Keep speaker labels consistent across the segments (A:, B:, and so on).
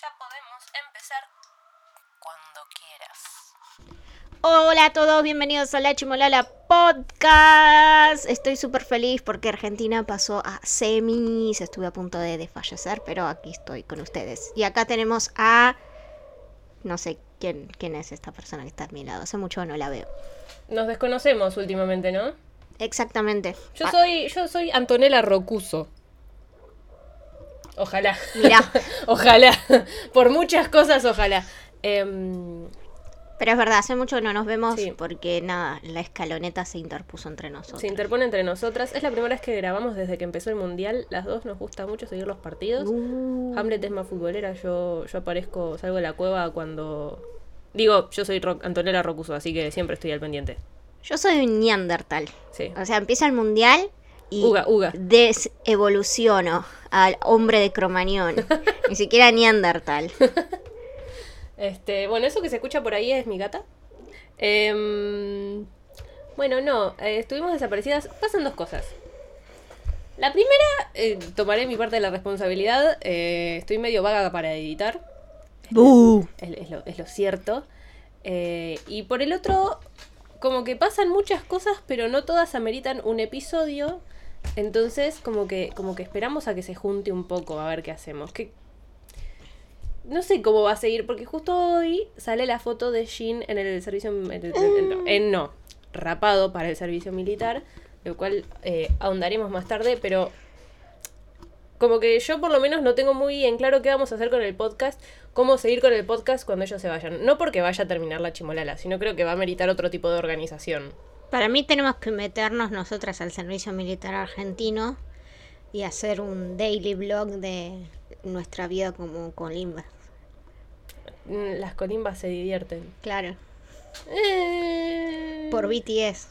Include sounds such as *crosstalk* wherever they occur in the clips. A: Ya podemos empezar cuando quieras.
B: Hola a todos, bienvenidos a La Chimolala Podcast. Estoy súper feliz porque Argentina pasó a semis. Estuve a punto de desfallecer, pero aquí estoy con ustedes. Y acá tenemos a. No sé quién, quién es esta persona que está a mi lado. Hace mucho no la veo.
C: Nos desconocemos últimamente, ¿no?
B: Exactamente.
C: Yo
B: Ah,
C: soy, yo soy Antonella Rocuso. Ojalá. *laughs*
B: Mirá.
C: ojalá. Por muchas cosas, ojalá. Em,
B: Pero es verdad, hace mucho no nos vemos
C: Sí.
B: porque nada, la escaloneta se interpuso entre nosotros.
C: se interpone entre nosotras. Es la primera vez que grabamos desde que empezó el mundial. Las dos nos gusta mucho seguir los partidos.
B: Uh,
C: Hamlet es más futbolera. Yo, yo aparezco, salgo de la cueva cuando. Digo, yo soy Ro- Antonella Rocuso, así que siempre estoy al pendiente.
B: yo soy un neandertal.
C: Sí.
B: O sea, empieza el mundial Ah, y
C: Uga, uga.
B: desevoluciono al hombre de
C: *laughs*
B: Cromañón. Ni siquiera Neandertal.
C: Este, bueno, eso que se escucha por ahí es mi gata. Em, bueno, no, eh, estuvimos desaparecidas. Pasan dos cosas. La primera, eh, tomaré mi parte de la responsabilidad. eh, estoy medio vaga para editar. Es, es lo, es lo cierto. Eh, y por el otro, como que pasan muchas cosas, pero no todas ameritan un episodio. Entonces, como que, como que esperamos a que se junte un poco a ver qué hacemos. Que, no sé cómo va a seguir, porque justo hoy sale la foto de Jin en el servicio. En, el- en- en- no, rapado para el servicio militar, lo cual eh, ahondaremos más tarde, pero. Como que yo por lo menos no tengo muy en claro qué vamos a hacer con el podcast, cómo seguir con el podcast cuando ellos se vayan. No porque vaya a terminar la chimolala, sino creo que va a meritar otro tipo de organización.
B: Para mí tenemos que meternos nosotras al servicio militar argentino y hacer un daily blog de nuestra vida como colimba.
C: Mm, Las colimbas se divierten.
B: Claro.
C: Eh,
B: Por BTS.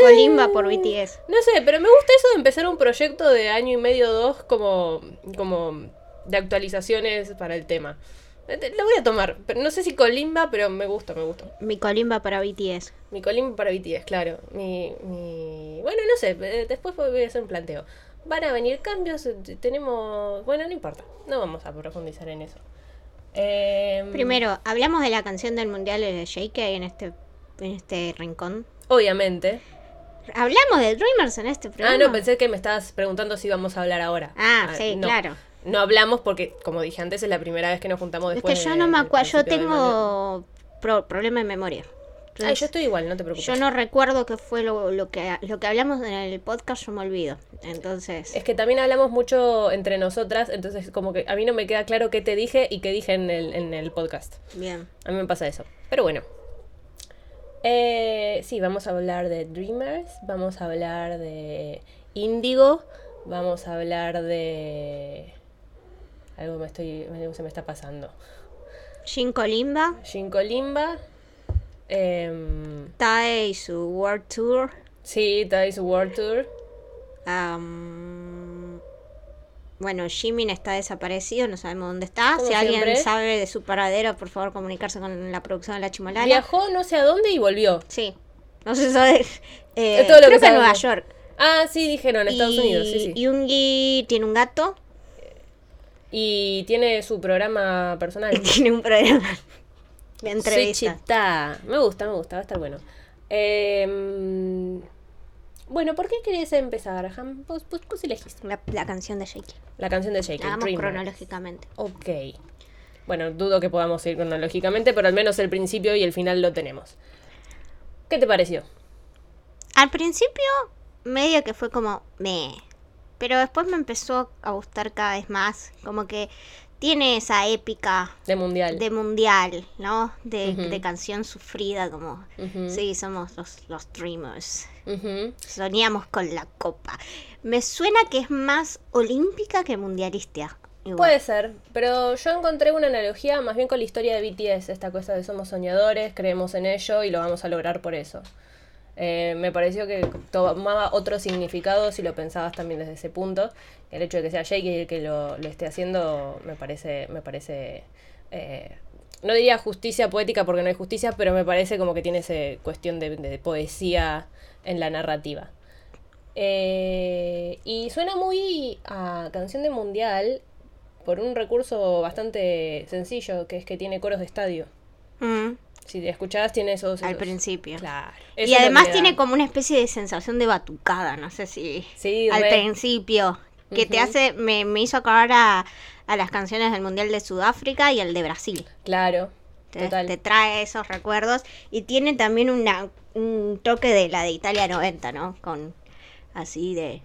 B: Colimba por
C: Eh.
B: BTS.
C: No sé, pero me gusta eso de empezar un proyecto de año y medio o dos como, como de actualizaciones para el tema. Eh, te- Lo voy a tomar, pero no sé si colimba, pero me gusta, me gusta.
B: Mi colimba para BTS.
C: Mi colimba para BTS, claro. Mi, mi... Bueno, no sé, eh, después voy a hacer un planteo. Van a venir cambios, eh, t- tenemos... Bueno, no importa, no vamos a profundizar en eso. Em,
B: Primero, hablamos de la canción del mundial de JK en este, en este rincón.
C: Obviamente.
B: Hablamos de Dreamers en este programa.
C: Ah, no, pensé que me estabas preguntando si íbamos a hablar ahora.
B: Ah, sí,
C: no.
B: claro.
C: No hablamos porque, como dije antes, es la primera vez que nos juntamos
B: Es
C: después.
B: que yo
C: de-
B: no me
C: del
B: acuerdo, yo
C: principio del mundial.
B: tengo pro- problema de memoria.
C: Ay, yo
B: Entonces,
C: estoy igual, no te preocupes.
B: yo no recuerdo qué fue lo, lo que lo que hablamos en el podcast, yo me olvido. Entonces,
C: Es que también hablamos mucho entre nosotras, entonces como que a mí no me queda claro qué te dije y qué dije en el, en el podcast.
B: bien.
C: A mí me pasa eso. Pero bueno. Eh, sí, vamos a hablar de Dreamers, vamos a hablar de Índigo, vamos a hablar de... Algo me estoy, algo se me está pasando.
B: Jin Colimba
C: Shinko Limba. em,
B: Tae y su World Tour.
C: sí, Twice World Tour.
B: am, bueno, Jimin está desaparecido, no sabemos dónde está.
C: Como
B: Si alguien
C: siempre.
B: sabe de su paradero, por favor comunicarse con la producción de La Chimolala.
C: Viajó no sé a dónde y volvió.
B: Sí, no se sabe. eh,
C: Es todo lo
B: creo
C: que
B: que a Nueva
C: sabemos.
B: York.
C: Ah, sí, dijeron, Estados
B: Y
C: Unidos, sí, sí. Y,
B: Yoongi tiene un gato.
C: tiene su programa
B: *laughs*
C: personal.
B: tiene un programa de *clears throat*
C: Soy
B: entrevista.
C: chita. Me gusta, me gusta, va a estar bueno. Em, bueno, ¿por qué querés empezar, Ham? Vos, vos- vos elegís.
B: La, la canción de Shakey.
C: La canción de Shake.
B: Hagamos
C: Dreamer.
B: cronológicamente.
C: Ok. Bueno, dudo que podamos ir cronológicamente, pero al menos el principio y el final lo tenemos. ¿Qué te pareció?
B: Al principio, medio que fue como me. Pero después me empezó a gustar cada vez más. Como que tiene esa épica
C: De mundial.
B: de mundial, ¿no? De,
C: Ujú.
B: de canción sufrida, como.
C: Ujú.
B: Sí, somos los, los Dreamers.
C: Ujú.
B: Soñamos con la copa. Me suena que es más olímpica que mundialista. igual.
C: Puede ser, pero yo encontré una analogía más bien con la historia de BTS, esta cosa de somos soñadores, creemos en ello y lo vamos a lograr por eso. Eh, me pareció que tomaba otro significado si lo pensabas también desde ese punto. El hecho de que sea Jake el que lo, lo esté haciendo me parece, me parece eh, no diría justicia poética porque no hay justicia, pero me parece como que tiene esa cuestión de, de poesía en la narrativa. Eh, y suena muy a canción de mundial, por un recurso bastante sencillo, que es que tiene coros de estadio.
B: Mm,
C: Si te escuchás, tiene esos...
B: al
C: esos-
B: principio.
C: Claro. Eso
B: Y
C: es lo
B: además
C: que
B: tiene
C: da.
B: como una especie de sensación de batucada, no sé si...
C: Sí,
B: al
C: re.
B: principio, que te
C: Ujú.
B: hace, me, me hizo acordar a, a las canciones del Mundial de Sudáfrica y el de Brasil.
C: Claro.
B: Te,
C: Total.
B: te trae esos recuerdos y tiene también una, un toque de la de Italia 90, ¿no? Con así de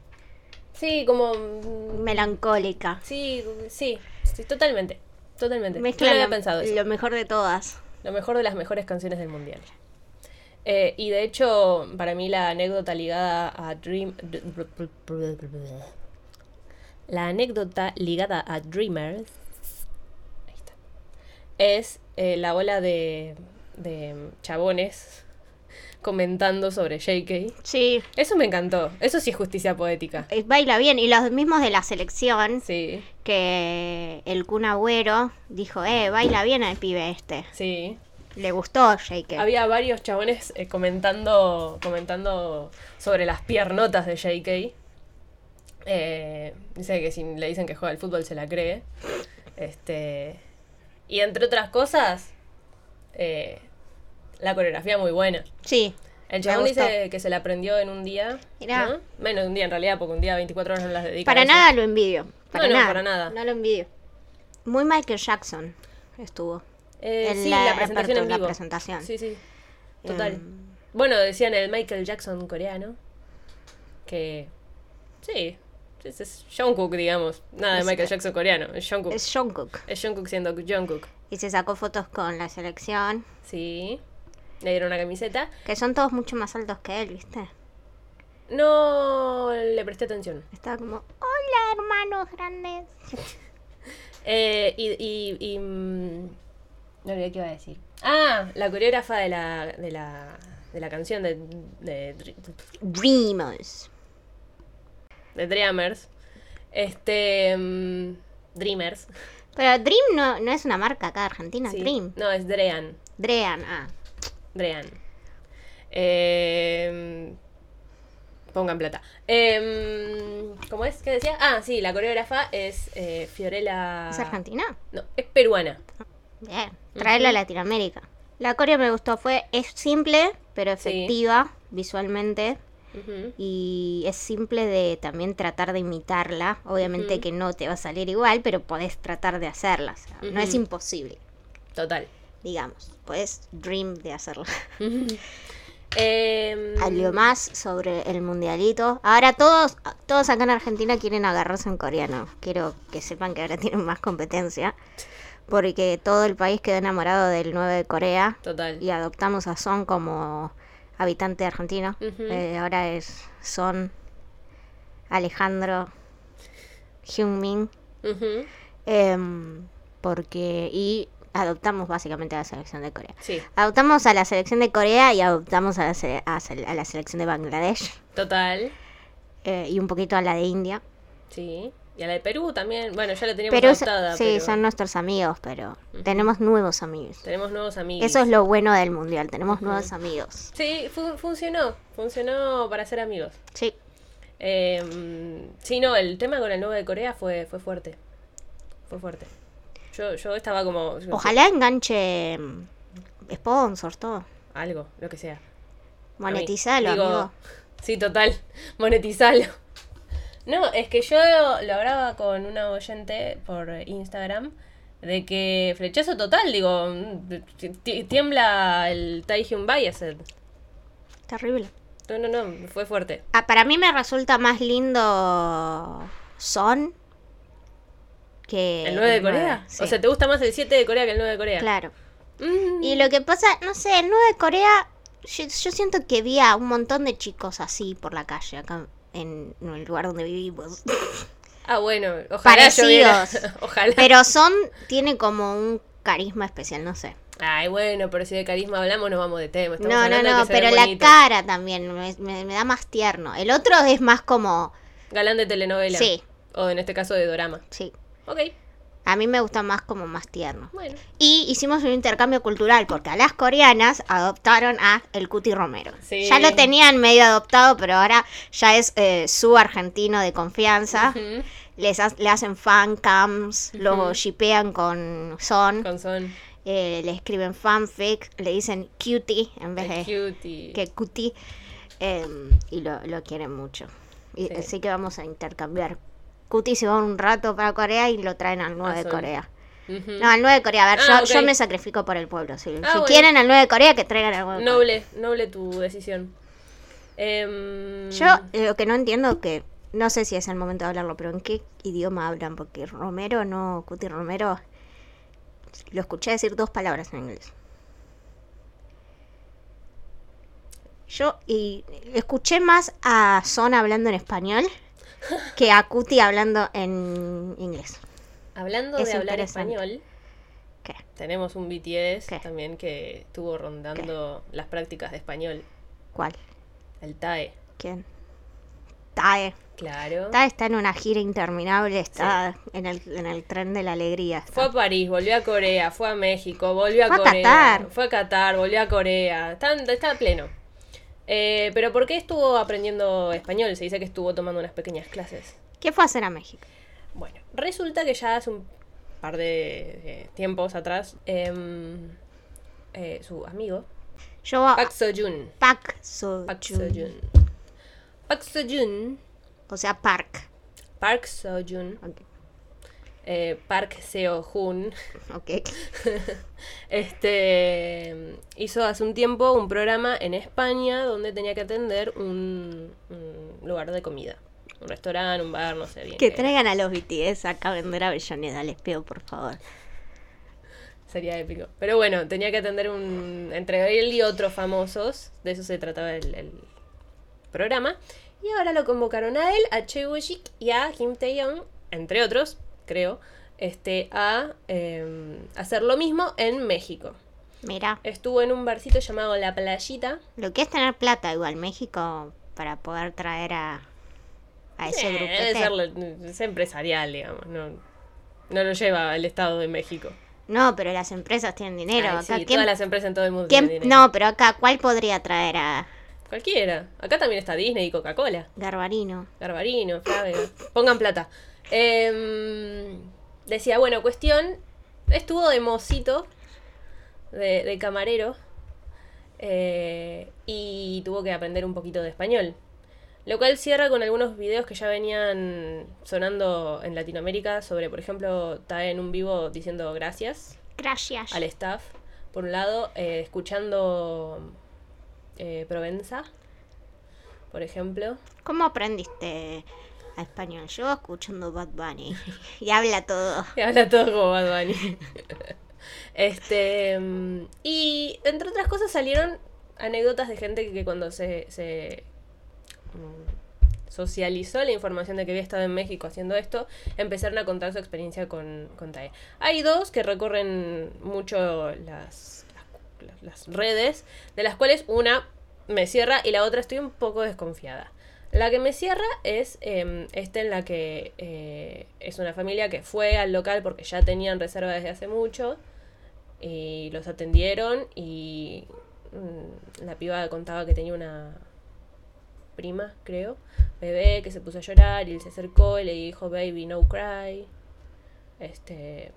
C: Sí, como... mm,
B: melancólica.
C: Sí, sí, sí, totalmente. Totalmente.
B: Mezcla
C: Yo no había
B: lo-
C: pensado eso.
B: lo mejor de todas.
C: Lo mejor de las mejores canciones del mundial. Eh, y de hecho, para mí la anécdota ligada a Dream. La anécdota ligada a Dreamers. Ahí está. Es eh, la ola de, de chabones comentando sobre JK.
B: Sí,
C: Eso me encantó. Eso sí es justicia poética.
B: eh, baila bien. Y los mismos de la selección,
C: Sí,
B: que el Kun Agüero dijo, eh, baila bien al pibe este.
C: sí.
B: Le gustó Shaker.
C: Había varios chabones eh, comentando, comentando sobre las piernotas de JK. Eh, dice que si le dicen que juega al fútbol se la cree. Este, y entre otras cosas, eh, la coreografía muy buena.
B: Sí,
C: El chabón
B: gustó.
C: dice que se la aprendió en un día.
B: Mirá.
C: ¿no? Menos de un día en realidad, porque un día 24 horas no las dedica. a
B: Para
C: eso.
B: nada lo envidio. Para
C: No, no,
B: nada.
C: para nada.
B: No lo envidio. Muy Michael Jackson estuvo.
C: Eh,
B: en
C: sí,
B: la-
C: la, presentación
B: perdón,
C: en
B: la
C: vivo.
B: presentación.
C: Sí, sí. Total.
B: Em.
C: Bueno, decían el Michael Jackson coreano. Que. Sí. Es, es Jungkook, digamos. Nada de
B: Es-
C: Michael Jackson coreano. Es Jungkook. Es,
B: Es Jungkook.
C: Jungkook siendo Jungkook.
B: Y se sacó fotos con la selección.
C: Sí. Le dieron una camiseta.
B: Que son todos mucho más altos que él, ¿viste?
C: No le presté atención.
B: Estaba como, hola hermanos grandes.
C: Eh, y, y, y, mm, No olvidé qué iba a decir. Ah, la coreógrafa de la. de la. de la canción de. de, Dr-
B: Dreamers.
C: de Dreamers. Este. mm, Dreamers.
B: Pero Dream no, no es una marca acá de Argentina,
C: Sí.
B: Dream.
C: No, es Drean.
B: Drean, ah.
C: Drean. Eh, pongan plata. Eh, ¿Cómo es? ¿Qué decía? Ah, sí, la coreógrafa es eh, Fiorella.
B: ¿Es argentina?
C: No, es peruana.
B: Bien. Traerla a Latinoamérica. La coreo me gustó, fue, es simple, pero
C: Sí.
B: efectiva visualmente.
C: Ujú.
B: y es simple de también tratar de imitarla. Obviamente
C: Ujú.
B: que no te va a salir igual, pero podés tratar de hacerla. o sea, No es
C: Ujú.
B: imposible,
C: Total. *laughs*
B: digamos. Podés dream de hacerla.
C: Eh,
B: Algo más sobre el mundialito. Ahora todos, todos acá en Argentina quieren agarrarse en coreano. Quiero que sepan que ahora tienen más competencia. Porque todo el país quedó enamorado del 9 de Corea.
C: Total.
B: Y adoptamos a Son como habitante argentino.
C: Ujú.
B: Eh, ahora es Son, Alejandro, Hyunmin.
C: Ujú.
B: em, porque. Y adoptamos básicamente a la selección de Corea.
C: Sí,
B: Adoptamos a la selección de Corea y adoptamos a la, se- a se- a la selección de Bangladesh.
C: total.
B: eh, y un poquito a la de India.
C: Sí. Y a la de Perú también. Bueno, ya la teníamos
B: Pero, es-
C: adoptada.
B: sí,
C: pero
B: son nuestros amigos, pero
C: Ujú.
B: tenemos nuevos amigos.
C: Tenemos nuevos amigos.
B: Eso es lo bueno del mundial, tenemos nuevos amigos.
C: Sí, fu- funcionó. Funcionó para ser amigos.
B: Sí.
C: Eh, sí, no, el tema con el 9 de Corea fue, fue fuerte. Fue fuerte. Yo, yo estaba como. yo-
B: Ojalá enganche mm, sponsors, todo.
C: Algo, lo que sea. A mí.
B: Monetizalo,
C: Digo,
B: amigo.
C: Sí, total. *laughs* Monetizalo. No, es que yo lo hablaba con una oyente por Instagram de que flechazo total, digo, mm, ti- tiembla el Taehyung Biased.
B: Terrible.
C: No, no, no, fue fuerte.
B: Ah, para mí me resulta más lindo Son que...
C: ¿El 9 de
B: Eh, nueve,
C: Corea?
B: sí.
C: O sea, ¿te gusta más el 7 de Corea que el 9 de Corea?
B: Claro.
C: Mm,
B: Y lo que pasa, no sé, el 9 de Corea, yo, yo siento que vi a un montón de chicos así por la calle, acá en, en el lugar donde
C: *laughs*
B: vivimos.
C: Ah, bueno, ojalá yo viera- *laughs*
B: Parecidos.
C: ojalá.
B: Pero Son tiene como un carisma especial, no sé.
C: Ay, bueno, pero si de carisma hablamos, nos vamos de tema. Estamos
B: No, no,
C: hablando de
B: no,
C: que se ven
B: pero la
C: bonitos.
B: cara también me, me- me da más tierno. El otro es más como...
C: Galán de telenovela.
B: Sí.
C: O en este caso de dorama.
B: Sí,
C: Ok,
B: a mí me gusta más como más tierno.
C: bueno.
B: Y hicimos un intercambio cultural porque a las coreanas adoptaron a el Cuti Romero.
C: Sí.
B: Ya lo tenían medio adoptado, pero ahora ya es eh, su argentino de confianza.
C: Ujú.
B: les ha- le hacen fan cams, lo
C: Ujú.
B: shipean con Son,
C: Con son.
B: eh, le escriben fanfic, le dicen cutie en vez de
C: Cutie.
B: que cutie, em, y lo, lo quieren mucho. Y
C: Sí.
B: así que vamos a intercambiar. Cutie se va un rato para Corea y lo traen al 9 de
C: Son.
B: Corea.
C: Ujú.
B: No, al 9 de Corea, a ver,
C: Ah,
B: yo,
C: ok. Ah,
B: yo me sacrifico por el pueblo. Si, si
C: bueno.
B: quieren al 9 de Corea, que traigan al 9 de Corea.
C: Noble, noble tu decisión. Em,
B: Yo lo que no entiendo que no sé si es el momento de hablarlo, pero en qué idioma hablan porque Romero no, Cuti Romero lo escuché decir dos palabras en inglés. Yo y escuché más a Zona hablando en
C: *laughs*
B: español que a Cuti hablando en inglés.
C: Hablando
B: es
C: de hablar
B: interesante.
C: español,
B: ¿Qué?
C: tenemos un BTS
B: ¿Qué?
C: también que estuvo rondando las prácticas de español.
B: ¿Cuál?
C: El TAE.
B: ¿Quién? Tae.
C: Claro.
B: Tae está en una gira interminable, está en, el, en el tren de la alegría. está.
C: Fue a París, volvió a Corea, fue a México, volvió a,
B: Fue a
C: Corea.
B: Qatar.
C: Fue a Qatar, volvió a Corea. Está, está pleno. Eh, Pero ¿por qué estuvo aprendiendo español? Se dice que estuvo tomando unas pequeñas clases.
B: ¿Qué fue a hacer a México?
C: Bueno, resulta que ya hace un par de eh, tiempos atrás, em, eh, su amigo,
B: Yo a-
C: Park Seo-jun,
B: Pak So
C: Park
B: Jun.
C: Seo-jun, Park Seo-jun,
B: O sea, Park.
C: Park Seo-jun,
B: Ok.
C: eh, Park Seo-jun,
B: ok.
C: este, hizo hace un tiempo un programa en España donde tenía que atender un, un lugar de comida. Un restaurante, un bar, no sé bien.
B: Que
C: qué.
B: traigan a los BTS acá a vender avellaneda, les pido por favor.
C: Sería épico. Pero bueno, tenía que atender un. entre él y otros famosos. De eso se trataba el, el programa. Y ahora lo convocaron a él, a Choi Woo-sik y a Kim Tae-young, entre otros, creo, este, a eh, hacer lo mismo en México.
B: Mira,
C: Estuvo en un barcito llamado La Playita.
B: lo que es tener plata igual México para poder traer a, a ese
C: Eh,
B: grupo.
C: debe ser, lo- es empresarial, digamos. No, no lo lleva el Estado de México.
B: No, pero las empresas tienen dinero.
C: Ay,
B: acá,
C: sí,
B: ¿quién-
C: todas las empresas en todo el mundo.
B: quién-
C: tienen dinero.
B: No, pero acá, ¿cuál podría traer a
C: Cualquiera. Acá también está Disney y Coca-Cola.
B: Garbarino?
C: Garbarino, Flavio. Pongan plata. Em, decía, bueno, cuestión. Estuvo de mocito, de, de camarero, eh, y tuvo que aprender un poquito de español. Lo cual cierra con algunos videos que ya venían sonando en Latinoamérica sobre, por ejemplo, está en un vivo diciendo gracias
B: Gracias.
C: al staff, por un lado, eh, escuchando eh, Provenza, por ejemplo.
B: ¿Cómo aprendiste a español? Yo escuchando Bad Bunny *laughs* y habla todo.
C: Y *laughs* habla todo como Bad Bunny. este. mm, Y entre otras cosas salieron anécdotas de gente que, que cuando se. se, mm, socializó la información de que había estado en México haciendo esto, empezaron a contar su experiencia con, con TAE. Hay dos que recorren mucho las, las, las redes, de las cuales una me cierra y la otra estoy un poco desconfiada. La que me cierra es eh, esta en la que eh, es una familia que fue al local porque ya tenían reserva desde hace mucho y los atendieron y mm, la piba contaba que tenía una prima, creo, bebé que se puso a llorar y él se acercó y le dijo, baby, no cry. Este...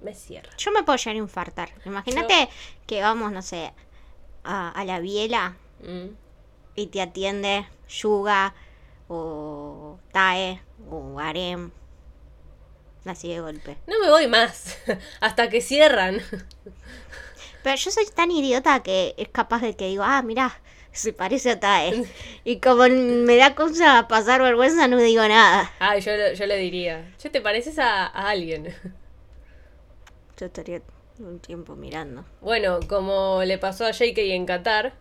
C: Me cierra.
B: Yo me puedo llegar a infartar. Imagínate que vamos, no sé, a, a la biela
C: Mm.
B: y te atiende Yuga o Tae o Arem. Así de golpe.
C: No me voy más, *laughs* hasta que cierran. *laughs*
B: Pero yo soy tan idiota que es capaz de que digo, ah, mirá, se parece a Tae. Y como me da cosa pasar vergüenza, no digo nada.
C: Ay, yo, lo- yo le diría, yo te pareces a, a alguien.
B: Yo estaría un tiempo mirando.
C: Bueno, como le pasó a JK en Qatar,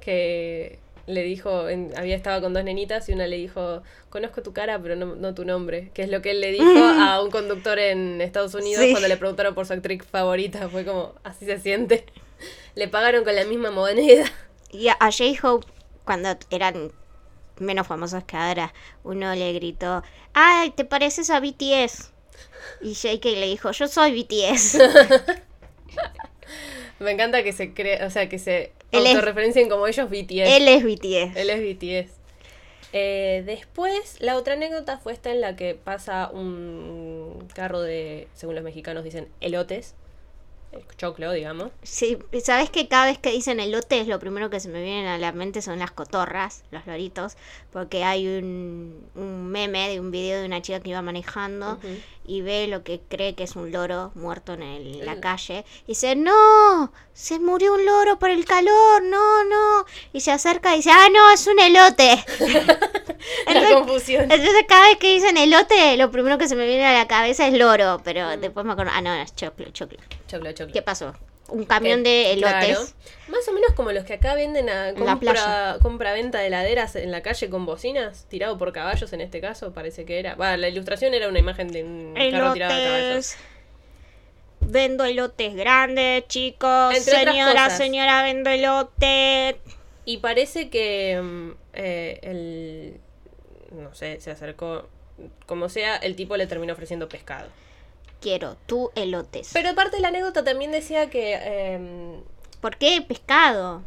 C: que le dijo, en- había estado con dos nenitas y una le dijo, conozco tu cara, pero no, no tu nombre, que es lo que él
B: *laughs*
C: le dijo a un conductor en Estados Unidos
B: Sí.
C: cuando le preguntaron por su actriz favorita, fue como, así se siente. Le pagaron con la misma moneda. *laughs*
B: Y a, a J-Hope, cuando eran menos famosos que ahora, uno le gritó, ¡Ay, te pareces a BTS! Y JK le dijo, yo soy *laughs* BTS.
C: Me encanta que se cree, o sea, que se
B: Él es-
C: autorreferencien como ellos BTS.
B: Él es BTS.
C: Él es BTS. Eh, después, la otra anécdota fue esta en la que pasa un carro de, según los mexicanos dicen, elotes, el choclo, digamos.
B: Sí, sabes que cada vez que dicen elotes, lo primero que se me vienen a la mente son las cotorras, los loritos, porque hay un, un meme de un video de una chica que iba manejando
C: Ujú.
B: y ve lo que cree que es un loro muerto en el-
C: Eh.
B: la calle y dice, no, se murió un loro por el calor, no, no. Y se acerca y dice, ah, no, es un
C: *laughs*
B: elote.
C: *laughs*
B: *laughs*
C: La confusión.
B: Entonces cada vez que dicen elote, lo primero que se me viene a la cabeza es loro, pero
C: Mm.
B: después me acuerdo, ah, no, es choclo, choclo.
C: Choclo, choclo.
B: ¿Qué pasó? Un camión de elotes.
C: Eh, Claro. Más o menos como los que acá venden a
B: la playa.
C: compra, compra-venta de heladeras en la calle con bocinas, tirado por caballos en este caso, parece que era. Va, la ilustración era una imagen de un carro tirado a caballos.
B: Elotes. Vendo elotes grandes, chicos.
C: Entre otras
B: señora,
C: cosas.
B: señora, vendo elote.
C: Y parece que mm, eh, el. No sé, se acercó. Como sea, el tipo le terminó ofreciendo pescado.
B: Quiero tú elotes.
C: Pero parte de la anécdota también decía que. em,
B: ¿Por qué pescado?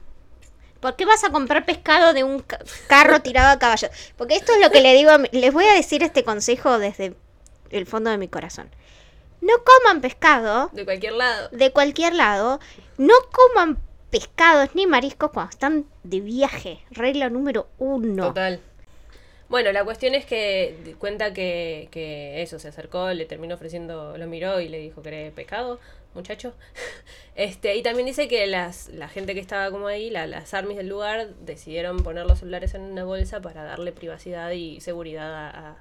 B: ¿Por qué vas a comprar pescado de un ca- carro tirado a caballo? Porque esto es lo que le digo. a mi- Les voy a decir este consejo desde el fondo de mi corazón. No coman pescado
C: de cualquier lado.
B: de cualquier lado. No coman pescados ni mariscos cuando están de viaje. Regla número uno.
C: Total. Bueno, la cuestión es que d- cuenta que, que eso, se acercó, le terminó ofreciendo, lo miró y le dijo que era pescado, muchacho. *laughs* Este, y también dice que las, la gente que estaba como ahí, la- las armies del lugar, decidieron poner los celulares en una bolsa para darle privacidad y seguridad a, a,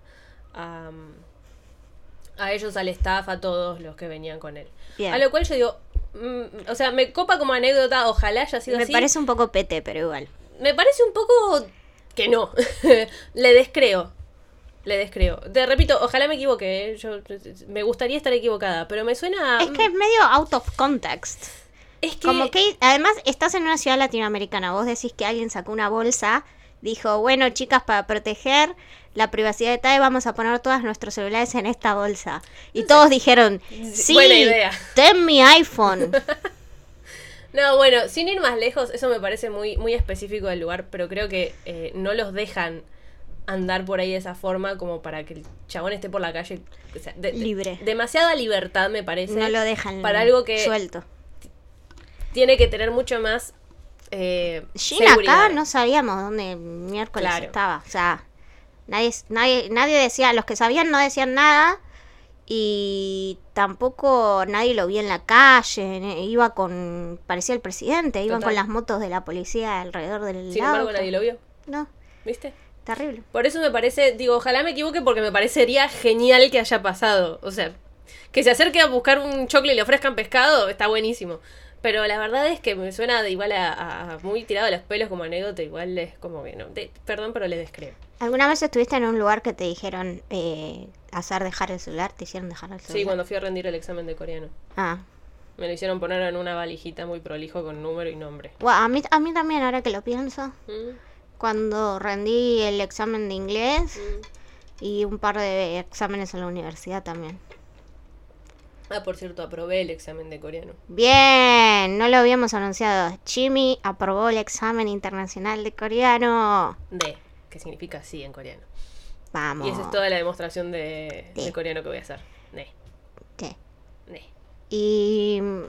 C: a, mm, a ellos, al staff, a todos los que venían con él.
B: Bien.
C: A lo cual yo digo, mm, o sea, me copa como anécdota, ojalá haya sido
B: Me
C: así.
B: parece un poco pete, pero igual.
C: Me parece un poco que no. *laughs* Le descreo. Le descreo. Te repito, ojalá me equivoque. ¿eh? Yo, me gustaría estar equivocada, pero me suena. a-
B: Es que es medio out of context.
C: es que-
B: Como que además estás en una ciudad latinoamericana, vos decís que alguien sacó una bolsa, dijo, bueno chicas, para proteger la privacidad de TAE vamos a poner todos nuestros celulares en esta bolsa. Y todos dijeron, sí,
C: buena idea".
B: ten mi
C: *laughs*
B: iPhone.
C: No, bueno, sin ir más lejos, eso me parece muy, muy específico del lugar, pero creo que eh, no los dejan andar por ahí de esa forma como para que el chabón esté por la calle. o sea, de- de-
B: Libre.
C: demasiada libertad, me parece.
B: no lo dejan
C: Para algo que
B: suelto.
C: tiene que tener mucho más. Eh,
B: Gina acá
C: seguridad.
B: no sabíamos dónde miércoles
C: Claro.
B: estaba. O sea, nadie, nadie, nadie decía, los que sabían no decían nada. Y tampoco nadie lo vio en la calle. ne- Iba con. parecía el presidente, iban
C: Total.
B: con las motos de la policía alrededor del
C: Sin embargo,
B: auto.
C: nadie lo vio.
B: No,
C: ¿Viste?
B: terrible.
C: Por eso me parece, digo, ojalá me equivoque porque me parecería genial que haya pasado. O sea, que se acerque a buscar un chocle y le ofrezcan pescado, está buenísimo. Pero la verdad es que me suena de igual a, a- a muy tirado de los pelos como anécdota, igual es como que no. de- perdón, pero les descreo.
B: ¿Alguna vez estuviste en un lugar que te dijeron eh, hacer dejar el celular? ¿Te hicieron dejar el celular?
C: Sí, cuando fui a rendir el examen de coreano.
B: Ah.
C: Me lo hicieron poner en una valijita muy prolijo con número y nombre.
B: Bueno, a, mí, a mí también, ahora que lo pienso.
C: Mm,
B: Cuando rendí el examen de inglés.
C: mm.
B: Y un par de exámenes en la universidad también.
C: Ah, por cierto, aprobé el examen de coreano.
B: Bien, no lo habíamos anunciado. Jimmy aprobó el examen internacional de coreano.
C: De, que significa sí en coreano.
B: Vamos.
C: Y esa es toda la demostración de,
B: Sí.
C: Ah. de coreano que voy a hacer. De,
B: Sí.
C: de.
B: Y mm,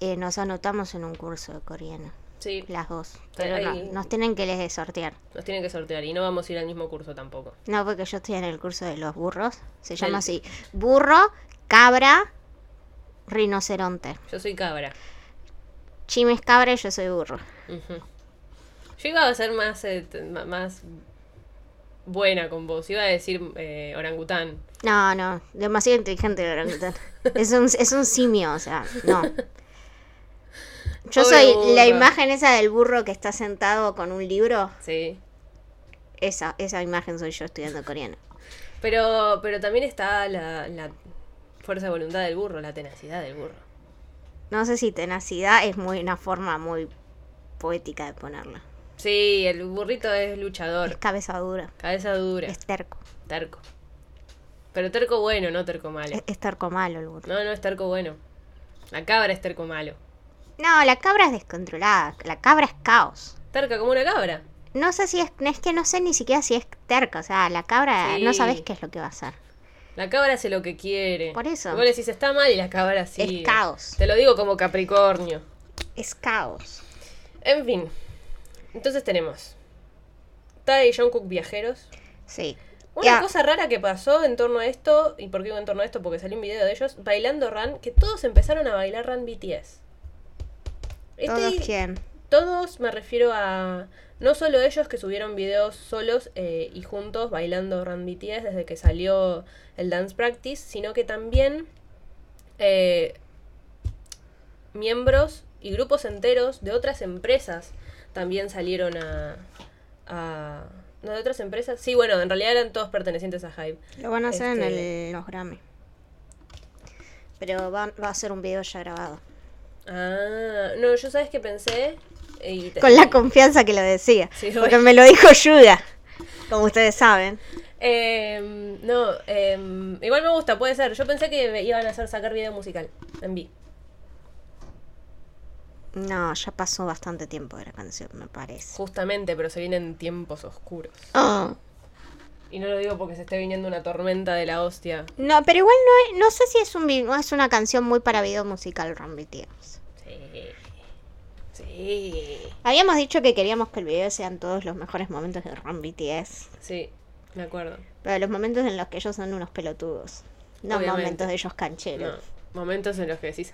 B: eh, nos anotamos en un curso de coreano,
C: Sí,
B: las dos. Pero no,
C: Ahí.
B: nos tienen que les sortear.
C: nos tienen que sortear y no vamos a ir al mismo curso tampoco.
B: No, porque yo estoy en el curso de los burros. Se llama
C: Del-
B: así. Burro, cabra, rinoceronte.
C: Yo soy cabra.
B: Jimmy es cabra y yo soy burro.
C: Ujú. Yo iba a ser más, eh, t- ma- más buena con vos. Iba a decir eh, orangután.
B: No, no, demasiado inteligente el
C: *laughs*
B: orangután. es, un, es un simio, o sea, no. Yo
C: Pobre
B: soy la
C: burro.
B: imagen esa del burro que está sentado con un libro.
C: Sí.
B: Esa, esa imagen soy yo estudiando coreano.
C: Pero, pero también está la, la fuerza de voluntad del burro, la tenacidad del burro.
B: No sé si tenacidad es muy una forma muy poética de ponerlo.
C: Sí, el burrito es
B: Es
C: luchador.
B: cabeza dura,
C: Cabeza dura.
B: es terco.
C: Terco. Pero terco bueno, no terco malo.
B: Es, es terco malo el burro.
C: No, no es terco bueno. La cabra es terco malo.
B: No, la cabra es descontrolada. La cabra es caos.
C: Terca como una cabra.
B: No sé si es. Es que no sé ni siquiera si es terca. O sea, la cabra no
C: Sí.
B: sabes qué es lo que va a hacer.
C: La cabra hace lo que quiere.
B: Por eso.
C: Vos le decís está mal y la cabra sí.
B: Es caos.
C: Te lo digo como Capricornio.
B: Es caos.
C: En fin. Entonces tenemos. Ty y John Cook viajeros.
B: Sí.
C: Una
B: Ya,
C: cosa rara que pasó en torno a esto, y por qué digo en torno a esto, porque salió un video de ellos, bailando Run, que todos empezaron a bailar Run BTS. Este-
B: ¿Todos quién?
C: todos me refiero a no solo ellos que subieron videos solos eh, y juntos bailando Run BTS desde que salió el Dance Practice, sino que también eh, miembros y grupos enteros de otras empresas también salieron a... a- no, de otras empresas. Sí, bueno, en realidad eran todos pertenecientes a Hype.
B: Lo van a hacer en
C: Este-
B: el, los Grammy. Pero va, va a ser un video ya grabado.
C: Ah, no, yo sabes que pensé... Y te-
B: Con la confianza que lo decía.
C: Sí,
B: porque
C: obvio.
B: me lo dijo Yuda. Como ustedes saben.
C: Em, no, em, igual me gusta, puede ser. Yo pensé que me iban a hacer sacar video musical en B.
B: No, ya pasó bastante tiempo de la canción, me parece.
C: Justamente, pero se vienen tiempos oscuros.
B: Ah.
C: Y no lo digo porque se esté viniendo una tormenta de la hostia.
B: No, pero igual no, es- no sé si es un vi- es una canción muy para video musical, Rumble Tears.
C: Sí. Sí.
B: Habíamos dicho que queríamos que el video sean todos los mejores momentos de Ron BTS,
C: Sí, me acuerdo.
B: pero los momentos en los que ellos son unos pelotudos, no
C: Obviamente.
B: momentos de ellos
C: No,
B: cancheros.
C: momentos en los que decís,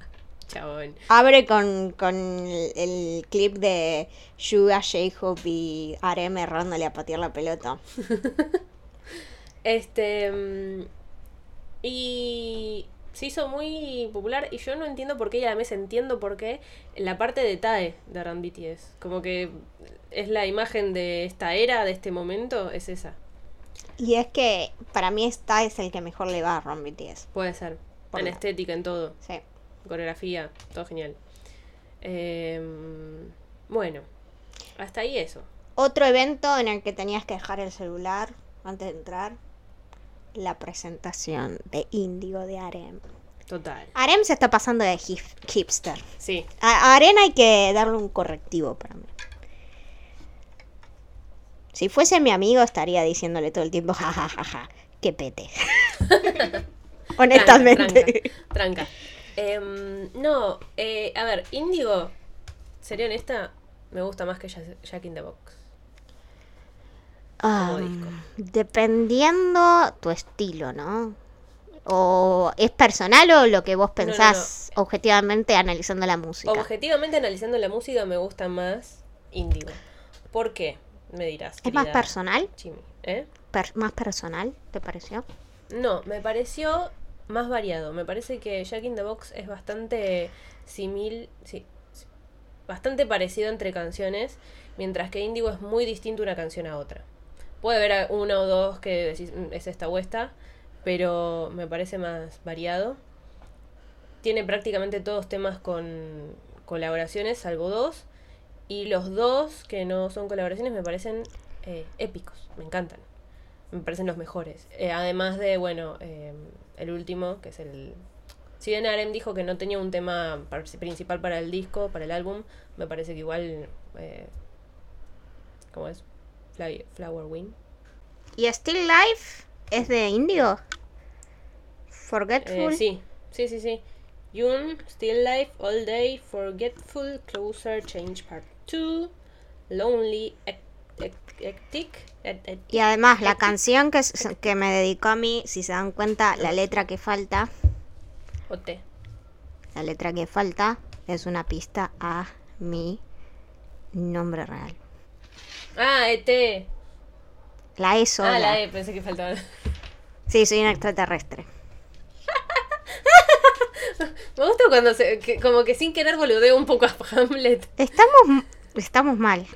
C: *laughs* chabón.
B: Abre con, con el, el clip de Suga, J-Hope y RM errándole a patear la pelota.
C: Este. mm, Y. Se hizo muy popular y yo no entiendo por qué, y además entiendo por qué, la parte de TAE de Run BTS. Como que es la imagen de esta era, de este momento, es esa.
B: Y es que para mí esta es el que mejor le va a Ron BTS.
C: Puede ser.
B: Por
C: en
B: la-
C: estética, en todo.
B: Sí.
C: Coreografía, todo genial. Em, bueno, hasta ahí eso.
B: Otro evento en el que tenías que dejar el celular antes de entrar. La presentación de Índigo de Arem.
C: Total.
B: Arem se está pasando de hip- hipster.
C: Sí,
B: A, a Arem hay que darle un correctivo para mí. Si fuese mi amigo estaría diciéndole todo el tiempo, jajajaja, que pete.
C: *laughs*
B: Honestamente.
C: Tranca. tranca. Em, no, eh, a ver, Índigo, sería honesta, me gusta más que Ja- Jack in the Box.
B: Ah,
C: disco.
B: dependiendo tu estilo, ¿no? O es personal o lo que vos
C: no, no.
B: pensás objetivamente analizando la música.
C: Objetivamente, analizando la música, me gusta más Índigo. ¿Por qué? Me dirás.
B: ¿Es más
C: querida
B: personal?
C: Chimi, ¿eh?
B: Per- ¿Más personal, te pareció?
C: No, me pareció más variado. Me parece que Jack in the Box es bastante simil, sí, sí, bastante parecido entre canciones, mientras que Indigo es muy distinto una canción a otra. Puede haber a- una o dos que decís "Mm, es esta o esta, pero me parece más variado. Tiene prácticamente todos temas con colaboraciones, salvo dos. Y los dos que no son colaboraciones me parecen eh, épicos, me encantan. Me parecen los mejores. Eh, además de, bueno, eh, el último, que es el... Si bien Arem dijo que no tenía un tema par- principal para el disco, para el álbum, me parece que igual... Eh, ¿Cómo es? Fly- Flower Wing.
B: ¿Y Still Life es de Indigo?
C: Eh,
B: Forgetful.
C: sí, sí, sí, sí. Yun, Still Life, All Day, Forgetful, Closer, Change Part 2, Lonely, Ec- Ec- Ectic, Et- Et-
B: Y además,
C: Este
B: la canción que, s- que me dedicó a mí, si se dan cuenta, la letra que falta,
C: Ote.
B: la letra que falta es una pista a mi nombre real.
C: Ah, ET.
B: La E sola.
C: Ah, la E, pensé que faltaba.
B: Sí, soy un extraterrestre.
C: Me gusta cuando se, que- como que sin querer boludeo un poco a Hamlet.
B: Estamos, estamos mal.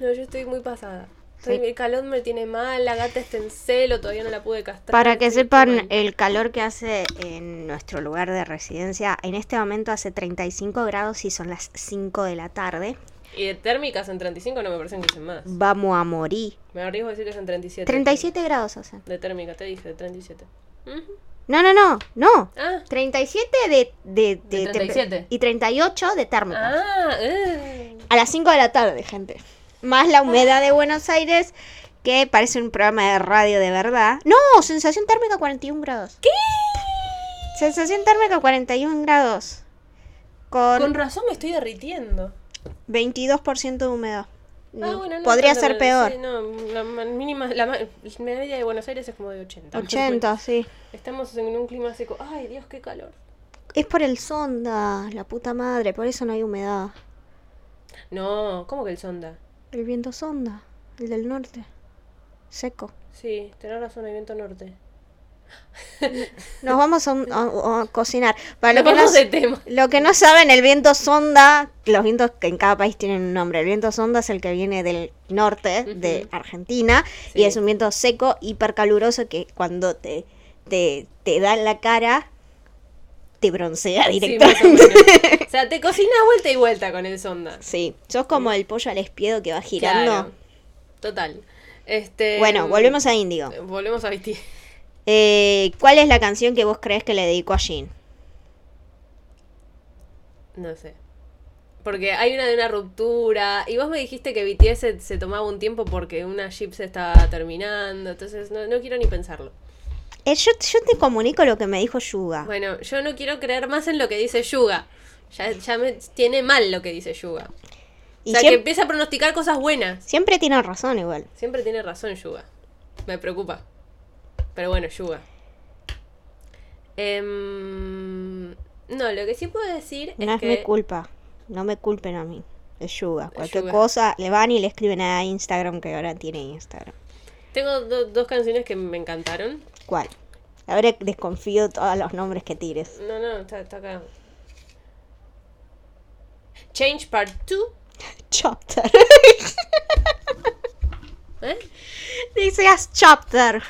C: No, yo estoy muy pasada. Estoy- El calor me tiene mal, la gata está en celo, todavía no la pude castrar.
B: Para que
C: estoy
B: sepan eh.
C: mal.
B: el calor que hace en nuestro lugar de residencia, en este momento hace 35 grados y son las 5 de la tarde.
C: Y de térmicas en 35 no me parecen que sean más.
B: Vamos a morir.
C: Me arriesgo a decir que son 37.
B: 37 grados hace.
C: De térmica, te dije, de 37. Ujú.
B: No, no, no, no.
C: Ah,
B: 37 de... de,
C: De
B: temper-
C: 37.
B: y 38 de térmica.
C: ah, eh.
B: A las 5 de la tarde, gente. más la humedad de Buenos Aires, que parece un programa de radio de verdad. No, sensación térmica 41 grados. ¿Qué? Sensación térmica 41 grados.
C: Con
B: Con
C: razón me estoy derritiendo.
B: 22% de humedad.
C: Ah, bueno, no
B: Mm, Podría
C: tanto,
B: ser
C: pero
B: peor.
C: sí, no, la ma- mínima, la ma- la media de Buenos Aires es como de 80.
B: 80, sí.
C: Estamos en un clima seco. Ay, Dios, qué calor.
B: Es por el sonda, la puta madre, por eso no hay humedad.
C: No, ¿cómo que el sonda?
B: El viento sonda, el del norte. Seco.
C: Sí, tenés razón, hay viento norte.
B: Nos vamos a, un- a- a cocinar. Para
C: Nos
B: lo que, no,
C: vamos de
B: s-
C: tema.
B: *laughs* lo que no saben, el viento sonda, los vientos que en cada país tienen un nombre. El viento sonda es el que viene del norte de
C: Ujú.
B: Argentina
C: Sí.
B: y es un viento seco, hipercaluroso que cuando te, te, te da en la cara, te broncea
C: Sí, más o
B: directamente.
C: menos. o sea, te cocinas vuelta y vuelta con el sonda.
B: *laughs* Sí, sos como el pollo al espiedo que va girando.
C: Claro. Total. Este,
B: Bueno, volvemos a Índigo.
C: eh, Volvemos a vestir.
B: Eh, ¿Cuál es la canción que vos crees que le dedicó a Jean?
C: No sé. Porque hay una de una ruptura. Y vos me dijiste que BTS se, se tomaba un tiempo porque una ship se estaba terminando. Entonces no, no quiero ni pensarlo.
B: Eh, yo, yo te comunico lo que me dijo Yuga.
C: Bueno, yo no quiero creer más en lo que dice Yuga. Ya, ya me tiene mal lo que dice Yuga. O
B: y siem-
C: sea, que
B: siempre,
C: empieza a pronosticar cosas buenas.
B: tiene razón igual.
C: Siempre tiene razón Yuga. Me preocupa. Pero bueno, Yuga. Em, no, lo que sí puedo decir
B: No
C: es
B: es,
C: que...
B: mi culpa. No me culpen a mí. Es Yuga. Cualquier
C: Yuga.
B: cosa le van y le escriben a Instagram que ahora tiene Instagram.
C: Tengo do- dos canciones que me encantaron.
B: ¿Cuál? Ahora desconfío todos los nombres que tires.
C: No, no, está, está acá. Change Part 2.
B: *laughs* Chopter.
C: ¿Eh?
B: Dices chapter.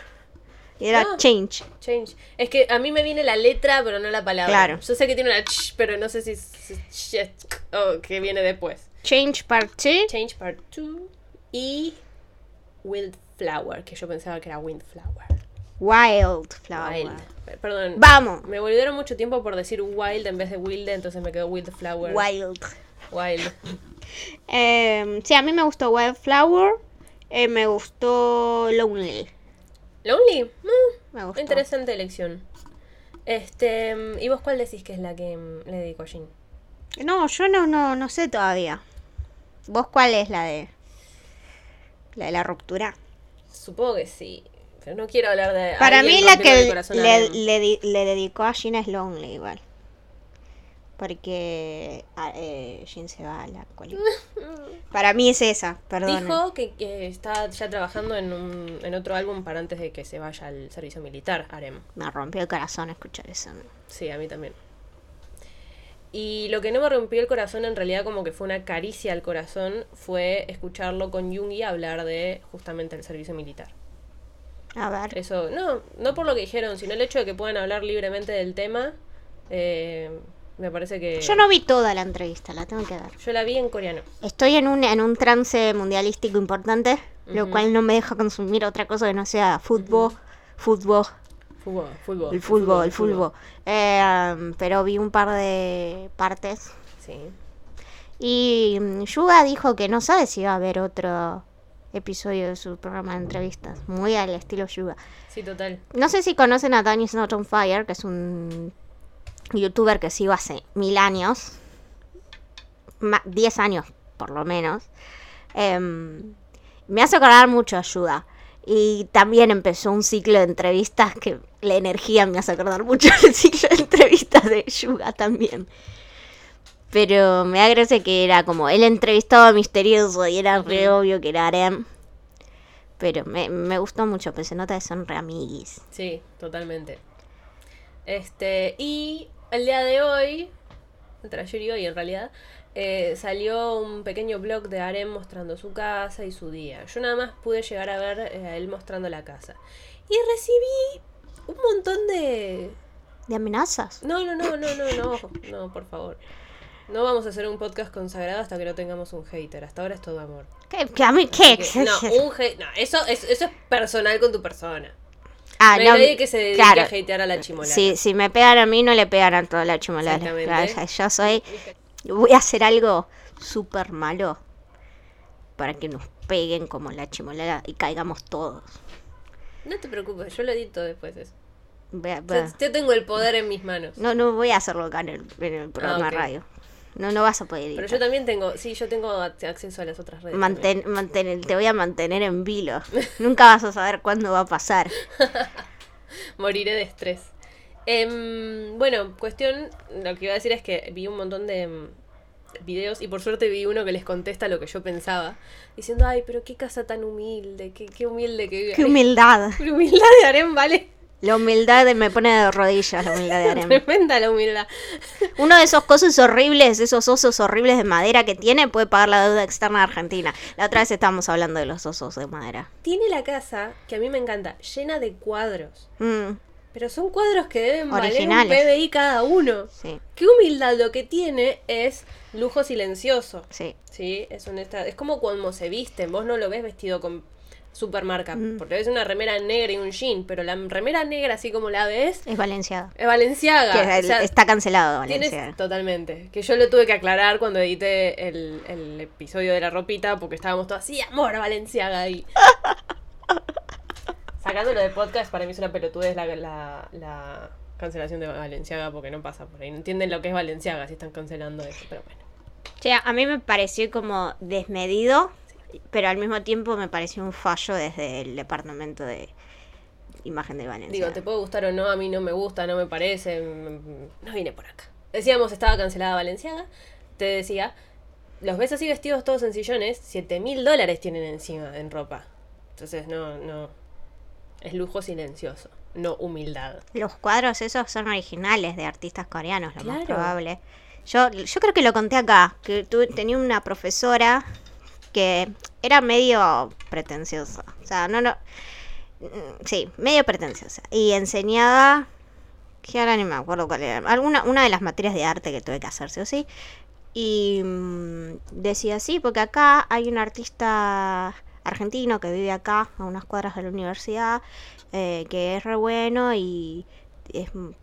B: Y era
C: Ah.
B: change.
C: Change. Es que a mí me viene la letra, pero no la palabra.
B: Claro.
C: Yo sé que tiene una ch, pero no sé si es ch- ch- o que viene después.
B: Change part two.
C: Change Part 2 y Wildflower, que yo pensaba que era Windflower.
B: Wildflower.
C: Wild. Pe- Perdón.
B: Vamos.
C: Me volvieron mucho tiempo por decir wild en vez de wild, entonces me quedó Wildflower.
B: Wild.
C: Wild.
B: Eh, sí, a mí me gustó Wildflower. eh, me gustó Lonely.
C: Lonely. Mm.
B: Me gustó.
C: Interesante elección. Este, mm, ¿y vos cuál decís que es la que mm, le dedico a Jin?
B: No, yo no, no, no sé todavía. ¿Vos cuál es la de. La de la ruptura?
C: Supongo que sí, pero no quiero hablar de
B: Para
C: alguien
B: mí la
C: rompiéndole el
B: que
C: corazón a
B: le,
C: alguien.
B: le di- le dedicó a Gina es Lonely igual. Porque a- eh, Jean se va a la
C: *laughs*
B: coli. Para mí es esa, perdón.
C: dijo que, que está ya trabajando en, un- en otro álbum para antes de que se vaya al servicio militar, Arem.
B: Me rompió el corazón escuchar eso.
C: Sí, a mí también. Y lo que no me rompió el corazón, en realidad como que fue una caricia al corazón, fue escucharlo con Yungi hablar de justamente el servicio militar.
B: A ver.
C: Eso, no, no por lo que dijeron, sino el hecho de que puedan hablar libremente del tema. eh, me parece que.
B: Yo no vi toda la entrevista, la tengo que ver.
C: Yo la vi en coreano.
B: Estoy en un, en un trance mundialístico importante, lo
C: Ujú.
B: cual no me deja consumir otra cosa que no sea fútbol, fútbol,
C: Fútbol, fútbol.
B: el fútbol, el fútbol. Eh, pero vi un par de partes.
C: Sí.
B: Y mm, Yuga dijo que no sabe si va a haber otro episodio de su programa de entrevistas, muy al estilo Yuga.
C: Sí, total.
B: No sé si conocen a Danny Not on Fire, que es un youtuber que sigo hace mil años, ma- 10 años por lo menos. Em, me hace acordar mucho a Yuda. Y también empezó un ciclo de entrevistas que la energía me hace acordar mucho el ciclo de entrevistas de Yuga también. Pero me agradece que era como el entrevistado misterioso y era re obvio que era Arem. Pero me, me gustó mucho, pero se nota que son re amiguis.
C: Sí, totalmente. Este, y el día de hoy, entre ayer y hoy en realidad, eh, salió un pequeño blog de Arem mostrando su casa y su día. Yo nada más pude llegar a ver eh, a él mostrando la casa. Y recibí un montón de
B: ¿De amenazas?
C: No, no, no, no, no, no, no, por favor. No vamos a hacer un podcast consagrado hasta que no tengamos un hater. Hasta ahora es todo amor.
B: ¿Qué? qué, a mí qué?
C: Que- No, un hate, no, eso es, eso es personal con tu persona.
B: Ah,
C: No hay nadie que se dedique
B: claro.
C: a hatear a la chimola.
B: Sí, si me pegan a mí, no le pegan a toda la chimolada.
C: Exactamente.
B: yo soy. Voy a hacer algo súper malo. para que nos peguen como la chimolera y caigamos todos.
C: No te preocupes, yo lo edito después eso.
B: Ve-
C: Yo,
B: ve-
C: yo tengo el poder en mis manos.
B: No, no voy a hacerlo acá en el, en el programa
C: Ah, ok.
B: de radio. No, no vas a poder ir.
C: Pero yo también tengo, sí, yo tengo ac- acceso a las otras redes.
B: Mantén, mantén- te voy a mantener en
C: *laughs*
B: vilo. Nunca vas a saber cuándo va a pasar.
C: también. Moriré de estrés. Em, bueno, cuestión, lo que iba a decir es que vi un montón de em, videos y por suerte vi uno que les contesta lo que yo pensaba, diciendo, ay, pero qué casa tan humilde, qué, qué humilde que vive.
B: ¡Qué humildad!
C: *laughs* La humildad de Arem, vale.
B: La humildad de- me pone de rodillas, la humildad
C: *laughs*
B: de Arem.
C: Tremenda la humildad.
B: Uno de esos cosas horribles, esos osos horribles de madera que tiene, puede pagar la deuda externa de Argentina. La otra vez estábamos hablando de los osos de madera.
C: Tiene la casa, que a mí me encanta, llena de cuadros.
B: Mm,
C: Pero son cuadros que deben
B: Originales.
C: valer un PBI cada uno.
B: sí,
C: Qué humildad lo que tiene es lujo silencioso.
B: sí.
C: Sí, es un esta- es como cuando se visten, vos no lo ves vestido con supermarca,
B: Mm.
C: porque ves una remera negra y un jean, pero la remera negra así como la ves
B: Es Valenciaga.
C: es Valenciaga.
B: Que es- está cancelado Valenciaga.
C: Tienes, totalmente. Que yo lo tuve que aclarar cuando edité el, el episodio de la ropita, porque estábamos todos así, amor a Valenciaga. Y... Sacándolo de podcast, para mí es una pelotudez la, la, la cancelación de Valenciaga, porque no pasa por ahí. No entienden lo que es Valenciaga si están cancelando eso, pero bueno.
B: Che, a mí me pareció como desmedido, pero al mismo tiempo me pareció un fallo desde el departamento de imagen de Valencia.
C: Digo, te puede gustar o no, a mí no me gusta, no me parece, mm, no vine por acá. Decíamos, estaba cancelada Valenciaga, te decía, los ves así vestidos todos en sillones, 7 mil dólares tienen encima en ropa. Entonces, no, no, es lujo silencioso, no humildad.
B: Los cuadros esos son originales de artistas coreanos, lo más
C: Claro.
B: probable. Yo, yo creo que lo conté acá, que tuve- tenía una profesora que era medio pretenciosa. O sea, no, no. mm, Sí, medio pretenciosa. Y enseñaba. Que ahora ni me acuerdo cuál era. Alguna, una de las materias de arte que tuve que hacer, sí o sí. Y mm, decía sí, porque acá hay un artista argentino que vive acá, a unas cuadras de la universidad, eh, que es re bueno y es m-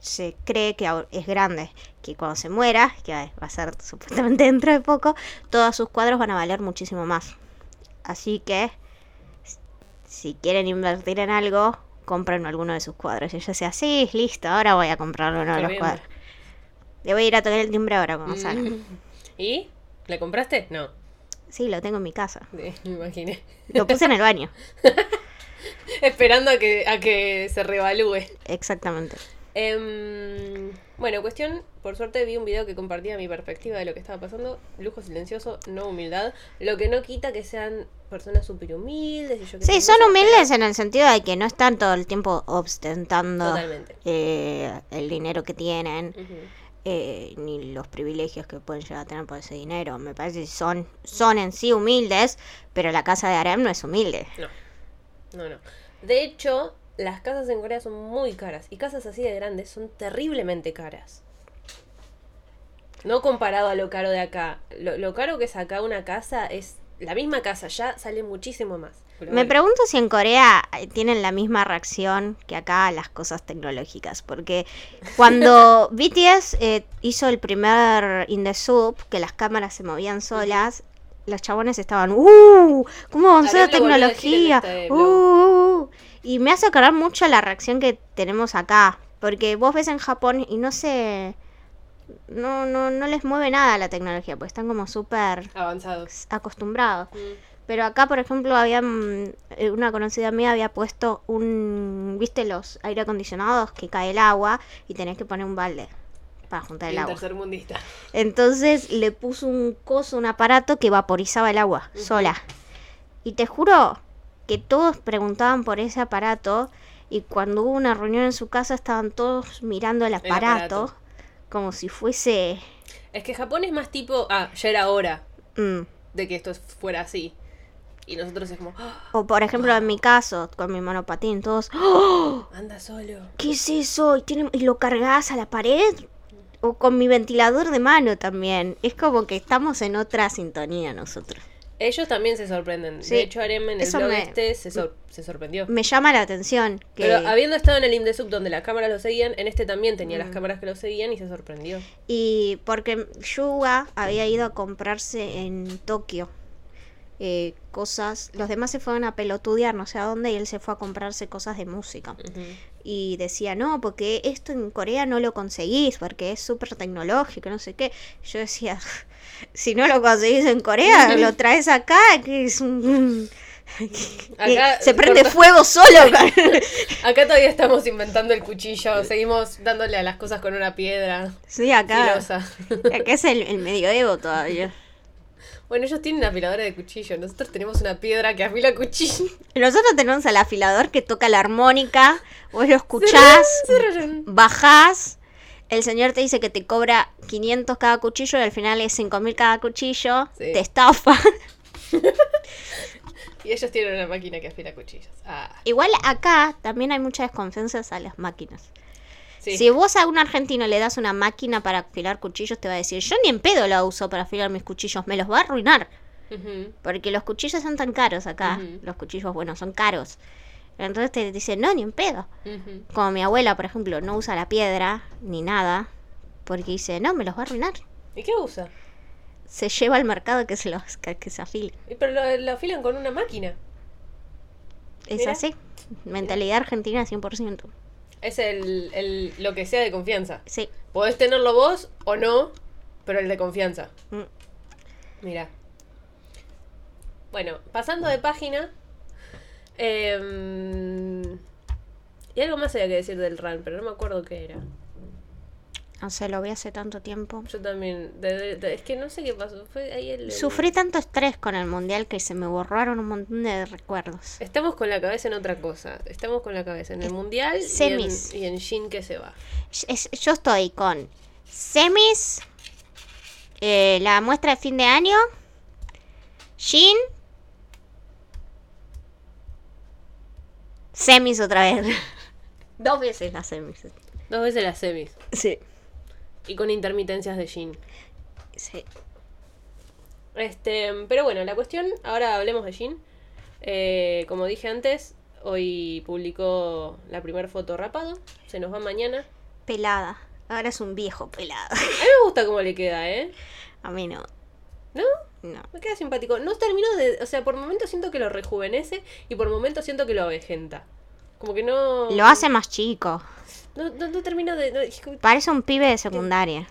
B: se cree que ahor- es grande, que cuando se muera, que va a ser supuestamente *laughs* dentro de poco, todos sus cuadros van a valer muchísimo más. Así que, s- si quieren invertir en algo, compren alguno de sus cuadros. Y yo decía, sí, listo, ahora voy a comprar uno de
C: Está
B: los
C: bien. Mm.
B: cuadros. Le voy a ir a tocar el timbre ahora cuando salga.
C: *laughs* ¿Y? ¿Le compraste? No, *laughs*
B: Sí, lo tengo en mi casa.
C: me imaginé.
B: Lo puse en el *laughs* baño.
C: Esperando a que, a que se revalúe.
B: Exactamente.
C: Em, bueno, cuestión, por suerte vi un video que compartía mi perspectiva de lo que estaba pasando. Lujo silencioso, no humildad. Lo que no quita que sean personas súper humildes. Y yo qué sé
B: Sí,
C: qué
B: son
C: cosa,
B: humildes en el sentido de que no están todo el tiempo
C: pero-
B: ostentando
C: Totalmente.
B: eh, el dinero que tienen,
C: Ujú.
B: eh, ni los privilegios que pueden llegar a tener por ese dinero. Me parece que son, son en sí humildes, pero la casa de Arem no es humilde.
C: No, no. De hecho, las casas en Corea son muy caras. Y casas así de grandes son terriblemente caras. No comparado a lo caro de acá. Lo, lo caro que es acá una casa es. La misma casa ya sale muchísimo más. Pero
B: Me
C: bueno.
B: pregunto si en Corea eh, tienen la misma reacción que acá a las cosas tecnológicas, porque
C: *laughs*
B: cuando BTS eh, hizo el primer In The Soup, que las cámaras se movían solas, los chabones estaban, ¡uh! ¿Cómo avanzó la
C: Ariel lo volvió a decir en
B: tecnología?
C: este
B: ¡Uh!
C: blog.
B: uh, uh". Y me hace acordar mucho la reacción que tenemos acá, porque vos ves en Japón y no se... No, no, no les mueve nada la tecnología, porque están como súper
C: Avanzados.
B: acostumbrados.
C: Mm.
B: Pero acá, por ejemplo, había mm, eh, una conocida mía había puesto un, ¿viste los aire acondicionados que cae el agua y tenés que poner un balde para juntar el
C: Bien
B: agua?
C: tercermundista.
B: Entonces le puso un coso, un aparato que vaporizaba el agua sola. Y te juro que todos preguntaban por ese aparato y cuando hubo una reunión en su casa estaban todos mirando el aparato,
C: aparato.
B: como si fuese
C: Es que Japón es más tipo, ah, ya era hora
B: mm,
C: de que esto fuera así. Y nosotros es como, ¡Ah!
B: o por ejemplo en mi caso con mi monopatín todos
C: anda solo.
B: ¿Qué es eso? ¿Y, tiene- y lo cargas a la pared? O con mi ventilador de mano también. Es como que estamos en otra sintonía nosotros.
C: Ellos también se sorprenden.
B: Sí,
C: De hecho, Arem en el
B: eso
C: blog
B: me-
C: este se, sor- se sorprendió.
B: Me llama la atención que...
C: Pero habiendo estado en el IMDSUB donde las cámaras lo seguían, en este también tenía
B: Mm.
C: las cámaras que lo seguían y se sorprendió.
B: Y porque Yuga había ido a comprarse en Tokio eh, cosas. Los demás se fueron a pelotudear no sé a dónde y él se fue a comprarse cosas de música. Y decía, no, porque esto en Corea no lo conseguís, porque es súper tecnológico, no sé qué. Yo decía, *laughs* si no lo conseguís en
C: *laughs*
B: Corea, lo traes acá, que es un... *laughs* que
C: Acá
B: se prende
C: cortó-
B: fuego
C: *laughs*
B: solo. *laughs* cara.
C: Acá todavía estamos inventando el cuchillo, seguimos dándole a las cosas con una piedra
B: sí, acá.
C: filosa. *laughs*
B: Acá es el, el medioevo todavía.
C: Bueno, ellos tienen afiladora de cuchillo, nosotros tenemos una piedra que afila cuchillo.
B: Nosotros tenemos al afilador que toca la armónica, vos lo
C: *laughs*
B: escuchás, bajás, el señor te dice que te cobra 500 cada cuchillo y al final es 5000 cada cuchillo,
C: Sí.
B: te estafa.
C: Y ellos tienen una máquina que afila cuchillos. Ah,
B: Igual acá también hay mucha desconfianza a las máquinas.
C: sí.
B: Si vos a un argentino le das una máquina para afilar cuchillos, te va a decir, yo ni en pedo la uso para afilar mis cuchillos, me los va a arruinar.
C: Ujú.
B: Porque los cuchillos son tan caros acá,
C: Ujú.
B: los cuchillos, bueno, son caros. Entonces te dicen, no, ni en pedo.
C: Ujú.
B: Como mi abuela, por ejemplo, no usa la piedra ni nada, porque dice, no, me los va a arruinar.
C: ¿Y qué usa?
B: Se lleva al mercado que se los que, que se afile.
C: Y Pero lo, lo afilan con una máquina.
B: Es
C: Mira.
B: así. Mentalidad argentina 100%.
C: Es el, el- lo que sea de confianza.
B: Sí.
C: Podés tenerlo vos o no, pero el de confianza.
B: Mm.
C: Mira. Bueno, pasando de página. em, y algo más había que decir del RAN, pero no me acuerdo qué era.
B: O sea, lo vi hace tanto tiempo.
C: Yo también. de- de- de- es que no sé qué pasó. Fue ahí el. el-
B: Sufrí tanto estrés con el mundial que se me borraron un montón de
C: *laughs*
B: recuerdos.
C: Estamos con la cabeza en otra cosa. Estamos con la cabeza en el mundial y en,
B: semis.
C: y en Shin que se va.
B: Es- yo estoy con semis, eh, la muestra de fin de año, Shin, semis otra vez. *laughs* Dos veces las semis.
C: Dos veces las semis.
B: Sí.
C: Y con intermitencias de Shin.
B: sí.
C: Este, pero bueno, la cuestión, ahora hablemos de Jin. Eh, como dije antes, hoy publicó la primera foto rapado. Se nos va mañana.
B: Pelada. Ahora es un viejo pelado. *laughs*
C: A mí me gusta cómo le queda, ¿eh?
B: A mí no.
C: ¿No?
B: No.
C: Me queda simpático. No termino de. O sea, por momentos siento que lo rejuvenece y por momentos siento que lo avejenta. Como que no.
B: Lo hace más chico.
C: No, no, no termino de. no, es como-
B: Parece un pibe de secundaria.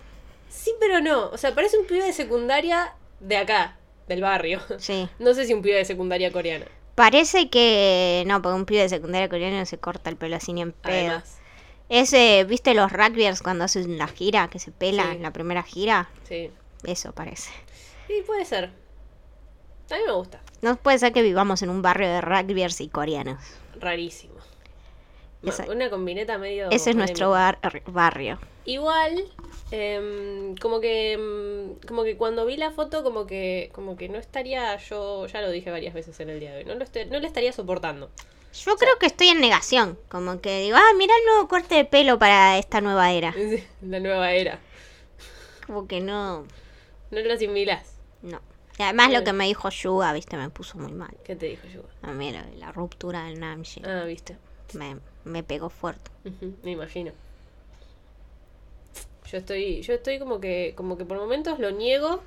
C: sí, pero no. O sea, parece un pibe de secundaria de acá, del barrio. *laughs*
B: Sí.
C: No sé si un pibe de secundaria coreana.
B: Parece que. No, porque un pibe de secundaria coreano no se corta el pelo así ni en pedo.
C: Además.
B: Ese, ¿viste los rugbyers cuando hacen la gira? Que se pelan
C: Sí.
B: la primera gira.
C: Sí.
B: Eso parece.
C: Sí, puede ser. A mí me gusta.
B: No puede ser que vivamos en un barrio de rugbyers y coreanos.
C: Rarísimo.
B: Esa-
C: Ma- Una combineta medio.
B: Ese es nuestro
C: polémica.
B: bar- barrio.
C: Igual, em, como que em, como que cuando vi la foto, como que como que no estaría yo, ya lo dije varias veces en el día de hoy, no lo estoy- no le estaría soportando. *laughs*
B: Yo creo que estoy en negación. Como que digo, ah, mira el nuevo corte de pelo para esta nueva era.
C: la nueva era.
B: Como que no.
C: No lo asimilás.
B: No. Y además lo
C: Claro.
B: que me dijo Yuga, viste, me puso muy mal.
C: ¿Qué te dijo yo?
B: A mí lo de la ruptura del Namji
C: Ah, viste.
B: me, me pegó fuerte.
C: Ujú, Me imagino. Yo estoy yo estoy como que como que por momentos lo niego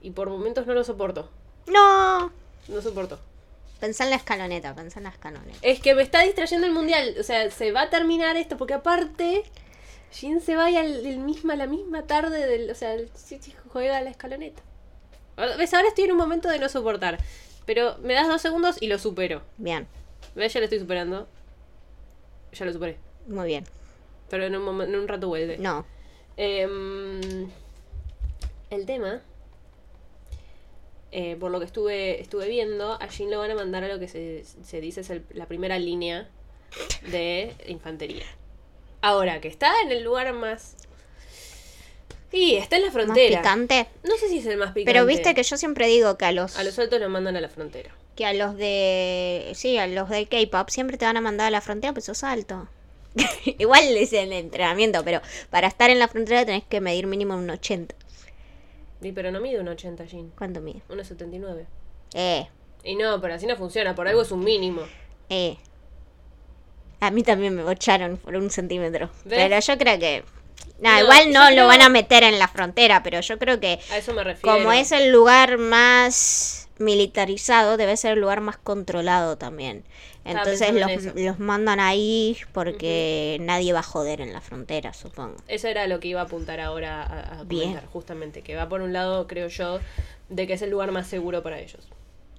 C: y por momentos no lo soporto.
B: No.
C: No soporto.
B: Pensá en la escaloneta, pensá en la escaloneta.
C: Es que me está distrayendo el mundial. O sea, se va a terminar esto porque aparte. Jin se va y al, el misma, la misma tarde del. O sea, el- sí, sí, juega a la escaloneta. Ahora- ¿Ves? Ahora estoy en un momento de no soportar. Pero me das dos segundos y lo supero.
B: Bien,
C: ¿Ves? Ya lo estoy superando. Ya lo superé.
B: muy bien.
C: Pero en un, momen- en un rato vuelve.
B: No.
C: Em, el tema. eh, por lo que estuve, estuve viendo, a Jin lo van a mandar a lo que se, se dice es el- la primera línea de infantería. Ahora, que está en el lugar más. Y está en la
B: Más
C: frontera.
B: picante.
C: no sé si es el más picante.
B: Pero viste que yo siempre digo que a los,
C: A los altos lo mandan a la frontera.
B: que a los de sí, a los del K-pop siempre te van a mandar a la frontera, pues sos alto. *laughs* Igual es el entrenamiento, pero para estar en la frontera tenés que medir mínimo un 80.
C: Y, pero no mide un 80 Jin,
B: ¿Cuánto mide?
C: un 79.
B: Eh,
C: Y no, pero así no funciona, por algo es un mínimo.
B: eh. A mí también me bocharon por un centímetro.
C: ¿Ves?
B: Pero yo creo que Nah,
C: No,
B: igual
C: yo
B: no lo
C: creo-
B: van a meter en la frontera, pero yo creo que
C: A eso me refiero.
B: como es el lugar más militarizado, debe ser el lugar más controlado también.
C: Estaba
B: Entonces
C: pensando Ah, en
B: los,
C: eso.
B: los mandan ahí porque nadie va a joder en la frontera, supongo.
C: Eso era lo que iba a apuntar ahora a, a
B: Bien.
C: comentar, justamente. Que va por un lado, creo yo, de que es el lugar más seguro para ellos.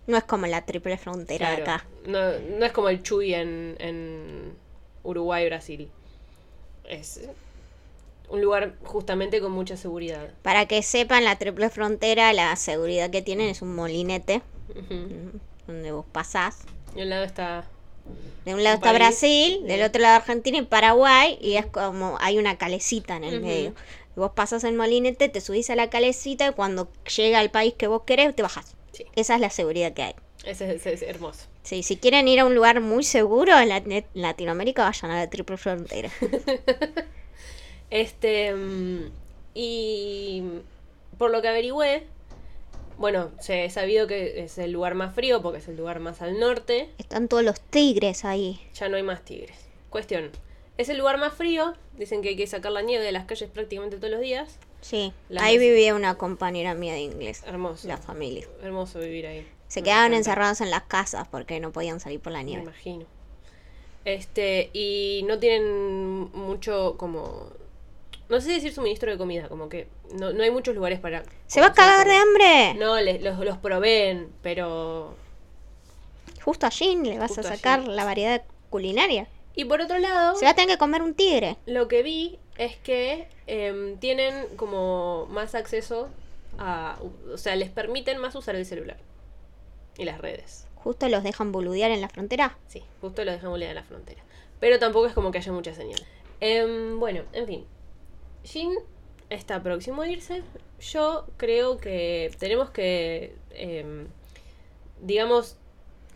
B: No es como la triple frontera de acá.
C: No, no es como el Chuy en, en Uruguay, Brasil. Es un lugar justamente con mucha seguridad.
B: Para que sepan, la triple frontera, la seguridad que tienen es un molinete
C: Ujú.
B: mm, donde vos pasás.
C: Y al lado está.
B: De un lado
C: Un
B: está
C: país,
B: Brasil,
C: sí.
B: del otro lado Argentina y Paraguay, y es como hay una calecita en el
C: Ujú.
B: medio. Y vos pasas el molinete, te subís a la calecita y cuando llega al país que vos querés, te bajás.
C: Sí,
B: Esa es la seguridad que hay.
C: ese, ese es hermoso.
B: Sí, si quieren ir a un lugar muy seguro en Lat- Latinoamérica, vayan a la triple
C: *laughs*
B: frontera.
C: Este. mm, Y. Por lo que averigüé. Bueno, se ha sabido que es el lugar más frío porque es el lugar más al norte.
B: Están todos los tigres ahí.
C: Ya no hay más tigres. Cuestión. Es el lugar más frío. Dicen que hay que sacar la nieve de las calles prácticamente todos los días.
B: Sí,
C: Las
B: ahí
C: mes-
B: vivía una compañera mía de inglés,
C: Hermoso.
B: la familia.
C: Hermoso vivir ahí.
B: Se
C: Me
B: quedaban
C: encanta.
B: encerrados en las casas porque no podían salir por la
C: Me
B: nieve.
C: imagino. Este, y no tienen mucho como. No sé si decir suministro de comida, como que no, no hay muchos lugares para.
B: ¿Se va a
C: comenzar
B: cagar de
C: comer.
B: hambre?
C: No, les- los, los proveen, pero.
B: Justo allí le vas
C: Justo
B: a
C: allí.
B: sacar la variedad culinaria.
C: Y por otro lado,
B: Se va a tener que comer un tigre.
C: lo que vi es que em, tienen como más acceso a. O sea, les permiten más usar el celular y las redes.
B: Justo los dejan boludear en la frontera.
C: Sí, justo lo dejamos en la frontera. Pero tampoco es como que haya mucha señal. Em, bueno, en fin. Jin está próximo a irse. Yo creo que tenemos que, em, digamos,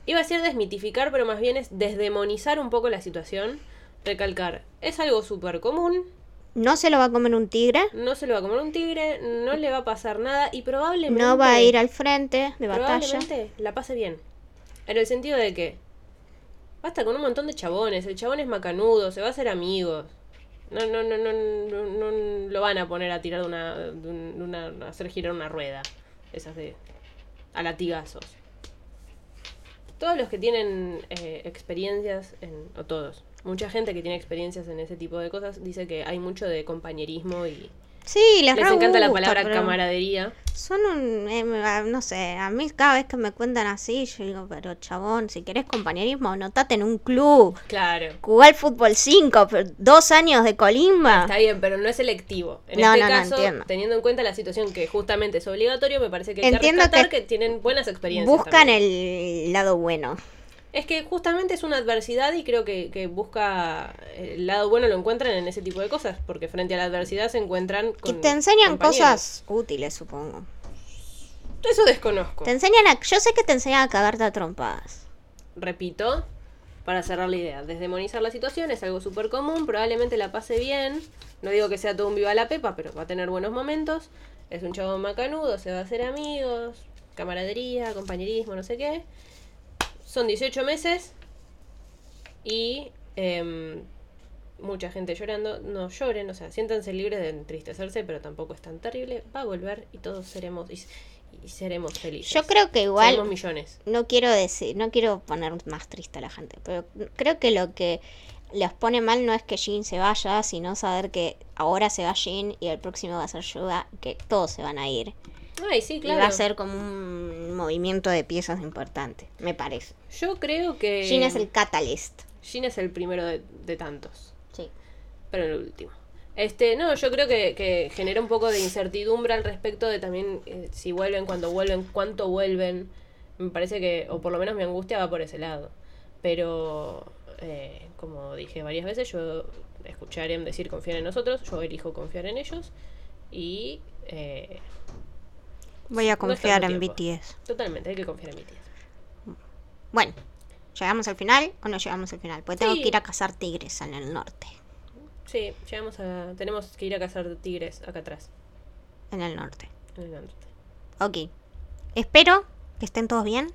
C: iba a decir desmitificar, pero más bien es desdemonizar un poco la situación. Recalcar, es algo súper común,
B: No se lo va a comer un tigre.
C: no se lo va a comer un tigre, no le va a pasar nada y probablemente...
B: No va a ir al frente de batalla.
C: Probablemente la pase bien. En el sentido de que basta con un montón de chabones. El chabón es macanudo, se va a hacer amigos. No, no, no, no, no, no, no lo van a poner a tirar de una, de un- de una- a hacer girar una rueda. Esas de. a latigazos. Todos los que tienen eh, experiencias, en, o todos, mucha gente que tiene experiencias en ese tipo de cosas dice que hay mucho de compañerismo y
B: Sí, les,
C: les
B: re
C: encanta la
B: gusta,
C: palabra
B: pero
C: camaradería.
B: Son un. eh, a- no sé, a mí cada vez que me cuentan así, yo digo, pero chabón, si querés compañerismo, anotate en un club.
C: Claro.
B: Jugar fútbol 5, dos años de colimba.
C: Está bien, pero no es selectivo. En
B: No,
C: este
B: no, no,
C: caso,
B: entiendo.
C: teniendo en cuenta la situación que justamente es obligatorio, me parece que hay
B: Entiendo
C: que rescatar
B: que
C: que, tienen buenas experiencias.
B: Buscan
C: también.
B: el lado bueno.
C: Es que justamente es una adversidad y creo que, que busca eh, el lado bueno lo encuentran en ese tipo de cosas, porque frente a la adversidad se encuentran
B: Y
C: con
B: te enseñan
C: compañeros.
B: cosas útiles, supongo.
C: Eso desconozco.
B: Te enseñan a, yo sé que te enseñan a cagarte a trompadas.
C: repito, para cerrar la idea, desdemonizar la situación es algo súper común, probablemente la pase bien, no digo que sea todo un viva la pepa, pero va a tener buenos momentos, es un chavo macanudo, se va a hacer amigos, camaradería, compañerismo, no sé qué. Son 18 meses y em, mucha gente llorando, no lloren, o sea, siéntanse libres de entristecerse, pero tampoco es tan terrible, va a volver y todos seremos y, y seremos felices.
B: Yo creo que
C: Seremos
B: igual
C: millones.
B: no quiero decir, no quiero poner más triste a la gente, pero creo que lo que les pone mal no es que Jin se vaya, sino saber que ahora se va Jin y el próximo va a ser Yuga, que todos se van a ir.
C: Ay, sí, claro.
B: Y va a ser como un movimiento de piezas importante, me parece.
C: Yo creo que.
B: Jin es el catalyst.
C: Jin es el primero de, de tantos,
B: Sí.
C: pero el último. Este, no, yo creo que, que genera un poco de incertidumbre al respecto de también eh, si vuelven, cuándo vuelven, cuánto vuelven. Me parece que, o por lo menos mi angustia va por ese lado. Pero, eh, como dije varias veces, yo escucharé decir confiar en nosotros, yo elijo confiar en ellos y eh,
B: Voy a
C: No es tanto
B: confiar en
C: tiempo.
B: BTS.
C: totalmente hay que confiar en mi tía.
B: Bueno, ¿llegamos al final o no llegamos al final? Porque tengo
C: Sí.
B: que ir a cazar tigres en el norte.
C: Sí, llegamos a, tenemos que ir a cazar tigres acá atrás,
B: En el norte.
C: en el norte.
B: Ok. Espero que estén todos bien.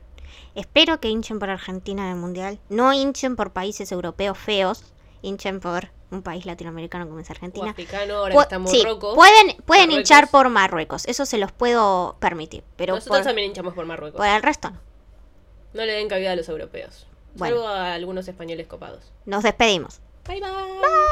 B: Espero que hinchen por Argentina en el Mundial. No hinchen por países europeos feos. hinchen por un país latinoamericano como es
C: O
B: Argentina.
C: africano, ahora
B: Pu-
C: que está
B: sí,
C: Marruecos.
B: pueden, pueden
C: Marruecos.
B: hinchar por Marruecos, eso se los puedo permitir, pero
C: Nosotros
B: por,
C: también hinchamos por Marruecos.
B: por el resto no.
C: No le den cabida a los europeos.
B: Bueno.
C: Salvo a algunos españoles copados.
B: Nos despedimos.
C: bye. bye.